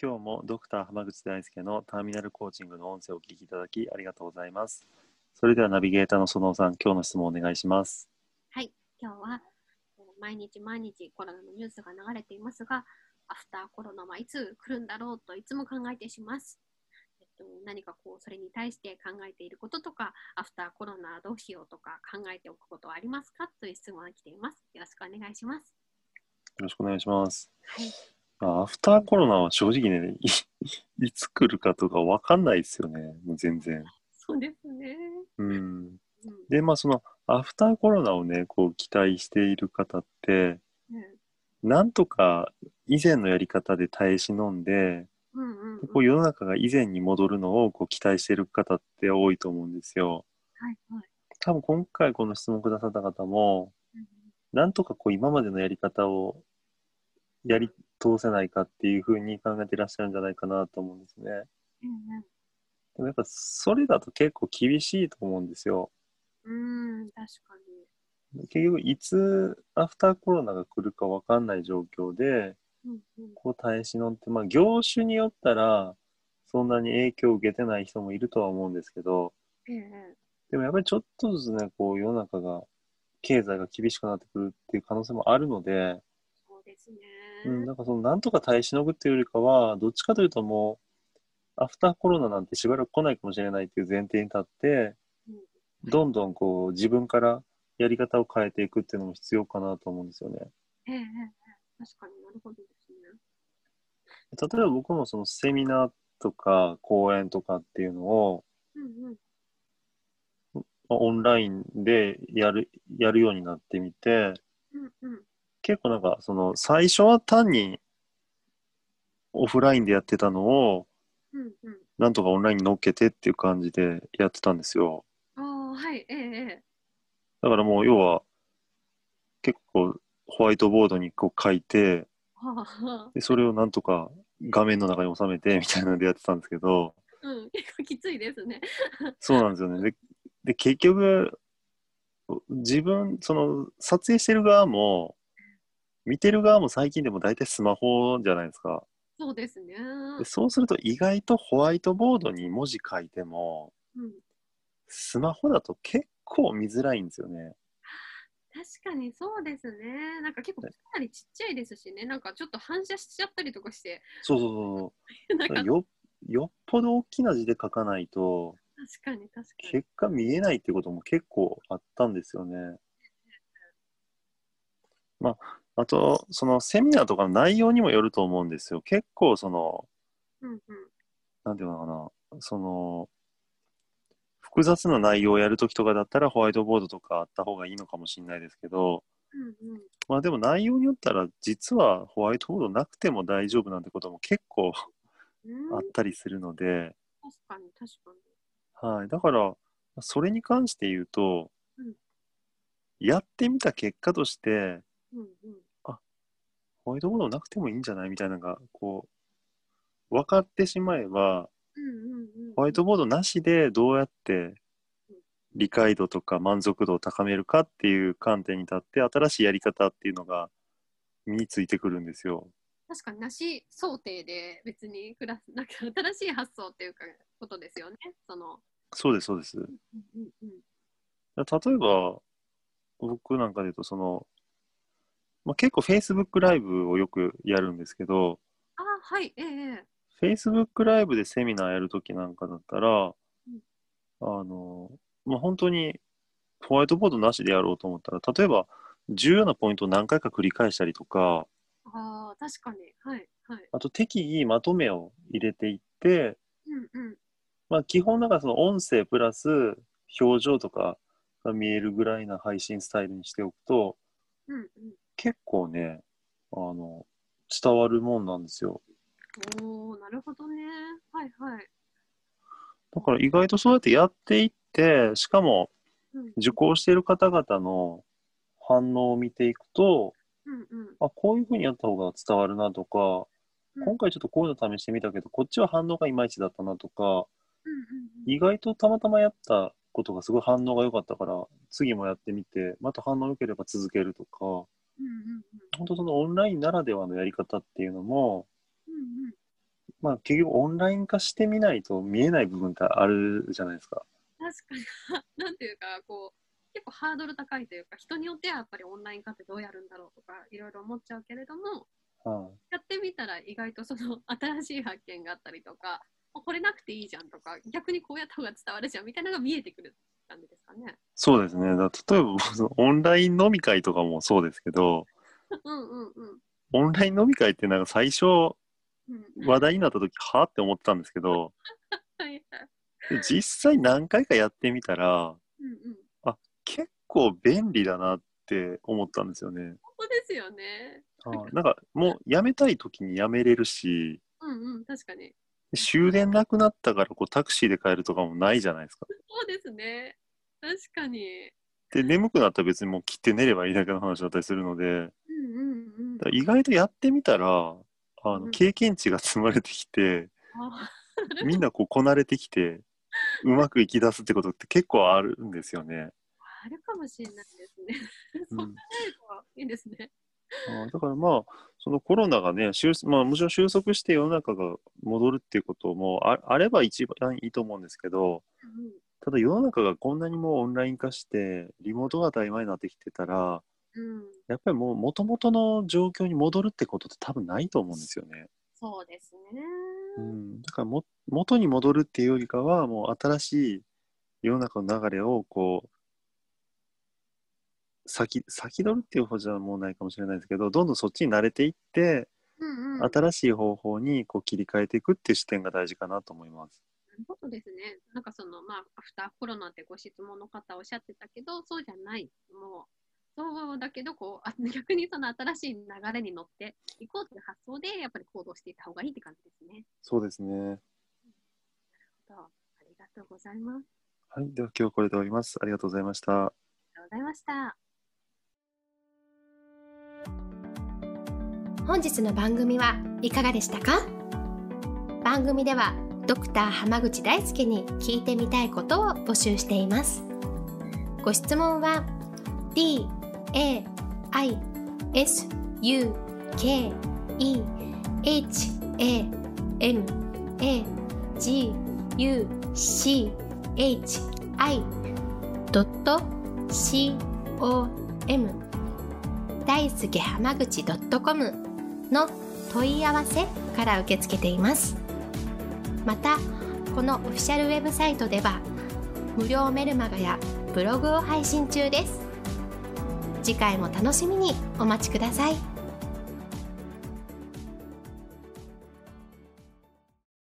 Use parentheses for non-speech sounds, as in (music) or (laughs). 今日もドクター濱口大輔のターミナルコーチングの音声をお聞きいただきありがとうございますそれではナビゲーターの園尾さん今日の質問をお願いしますはい今日は毎日毎日コロナのニュースが流れていますがアフターコロナはいつ来るんだろうといつも考えてします。えっと、何かこうそれに対して考えていることとか、アフターコロナどうしようとか考えておくことはありますかという質問が来ています。よろしくお願いします。よろしくお願いします。はい、アフターコロナは正直ね、い (laughs) つ来るかとか分かんないですよね、もう全然。そうですね。うん。うん、で、まあそのアフターコロナをね、こう期待している方って、うんなんとか以前のやり方で耐え忍んで、こう世の中が以前に戻るのをこう期待している方って多いと思うんですよ。はいはい、多分今回この質問くださった方も、うん、なんとかこう今までのやり方をやり通せないかっていうふうに考えていらっしゃるんじゃないかなと思うんですね。うんうん、でもやっぱそれだと結構厳しいと思うんですよ。うん確かに結局いつアフターコロナが来るか分かんない状況で、うんうん、こう耐え忍んで、まあ、業種によったらそんなに影響を受けてない人もいるとは思うんですけど、うんうん、でもやっぱりちょっとずつねこう世の中が経済が厳しくなってくるっていう可能性もあるのでそうですね、うん、なんかそのなんとか耐え忍ぶっていうよりかはどっちかというともうアフターコロナなんてしばらく来ないかもしれないっていう前提に立って、うん、どんどんこう自分からやり方を変えていくっていうのも必要かなと思うんですよね。ええ、確かになるほどですね。例えば僕もそのセミナーとか講演とかっていうのを、うんうん、オンラインでやるやるようになってみて、うんうん、結構なんかその最初は単にオフラインでやってたのを、うんうん、なんとかオンラインに乗っけてっていう感じでやってたんですよ。ああはい、ええだからもう要は結構ホワイトボードにこう書いてでそれをなんとか画面の中に収めてみたいなのでやってたんですけど、 (laughs) うん、結構きついですねそうなんですよねでで結局自分その撮影してる側も見てる側も最近でも大体スマホじゃないですかそうですねそうすると意外とホワイトボードに文字書いても、うん、スマホだと結構見づらいんですよね。確かにそうですね。なんか結構かなりちっちゃいですしね。なんかちょっと反射しちゃったりとかして。そう (laughs) そうそう。よよっぽど大きな字で書かないと確かに確かに結果見えないってことも結構あったんですよね。まあ、あとそのセミナーとかの内容にもよると思うんですよ。結構その、うんうん、なんていうのかなその複雑な内容をやるときとかだったらホワイトボードとかあった方がいいのかもしれないですけど、うんうん、まあでも内容によったら実はホワイトボードなくても大丈夫なんてことも結構あったりするので確かに確かに、はい、だからそれに関して言うと、うん、やってみた結果として、うんうん、あホワイトボードなくてもいいんじゃないみたいなのがこう分かってしまえば、ホワイトボードなしでどうやって理解度とか満足度を高めるかっていう観点に立って新しいやり方っていうのが身についてくるんですよ。確かになし想定で別にクラスなんか新しい発想っていうかことですよね。そのそうですそうです。例えば僕なんかで言うとその、まあ、結構 Facebook ライブをよくやるんですけどあはい、ええ Facebook ライブでセミナーやるときなんかだったら、うん、あの、まあ、本当にホワイトボードなしでやろうと思ったら、例えば重要なポイントを何回か繰り返したりとか、あ確かに、はい、はい。あと適宜まとめを入れていって、うんうん、まあ、基本だからその音声プラス表情とかが見えるぐらいな配信スタイルにしておくと、うんうん、結構ね、ああの、伝わるもんなんですよ。おおなるほどね。はいはい。だから意外とそうやってやっていって、しかもうん受講している方々の反応を見ていくと、うんうん。あ、こういうふうにやった方が伝わるなとか、うん今回ちょっとこういうの試してみたけど、こっちは反応がいまいちだったなとか、うんうんうん意外とたまたまやったことがすごい反応が良かったから、次もやってみて、また反応良ければ続けるとか、うんうん本当そのオンラインならではのやり方っていうのも、うんうんまあ結局オンライン化してみないと見えない部分ってあるじゃないですか。確かに (laughs) なんていうかこう結構ハードル高いというか人によってはやっぱりオンライン化ってどうやるんだろうとかいろいろ思っちゃうけれどもうんやってみたら意外とその新しい発見があったりとかあこれなくていいじゃんとか逆にこうやった方が伝わるじゃんみたいなのが見えてくる感じですかね。 (laughs) そうですね。だ例えば、 (laughs) そのオンライン飲み会とかもそうですけど、うんうんうんオンライン飲み会ってなんか最初うん話題になった時、はって思ってたんですけど、はいはいで実際何回かやってみたら、うんうん結構便利だなって思ったんですよね。ここですよね。はいなんかもうやめたい時にやめれるし、うんうん確かに。終電なくなったからこうタクシーで帰るとかもないじゃないですか。そうですね。確かに。で、眠くなったら別にもう切って寝ればいいだけの話だったりするので、うんうんうんだから意外とやってみたら、あうんの経験値が積まれてき (laughs) て、あみんなこうこなれてきて、うまくいき出すってことって結構あるんですよね。あるかもしれないですね。う (laughs) そんんなのいいですね。あーだからまあそのコロナがね、収まあ、もちろん収束して世の中が戻るっていうこともああれば一番いいと思うんですけどうんただ世の中がこんなにもオンライン化してリモートが当たり前になってきてたらうん、やっぱりもう元々の状況に戻るってことって多分ないと思うんですよね。そうですね。うん、だからも元に戻るっていうよりかはもう新しい世の中の流れをこう先先取るっていう方じゃもうないかもしれないですけどどんどんそっちに慣れていってうんうん。なる新しい方法にこう切り替えていくっていう視点が大事かなと思います。ほどですね。なんかその、まあ、アフターコロナってご質問の方おっしゃってたけど、そうじゃない。もう、そうだけど、こう、あ逆にその新しい流れに乗っていこうという発想で、やっぱり行動していった方がいいって感じですね。そうですね。そうありがとうございます。はい、では今日はこれで終わります。ありがとうございました。ありがとうございました。本日の番組はいかがでしたか番組ではドクター濱口大輔に聞いてみたいことを募集していますご質問は d a i s u k e h a m a g u c h i c o m 大輔濱口 .com の問い合わせから受け付けていますまたこのオフィシャルウェブサイトでは無料メルマガやブログを配信中です次回も楽しみにお待ちください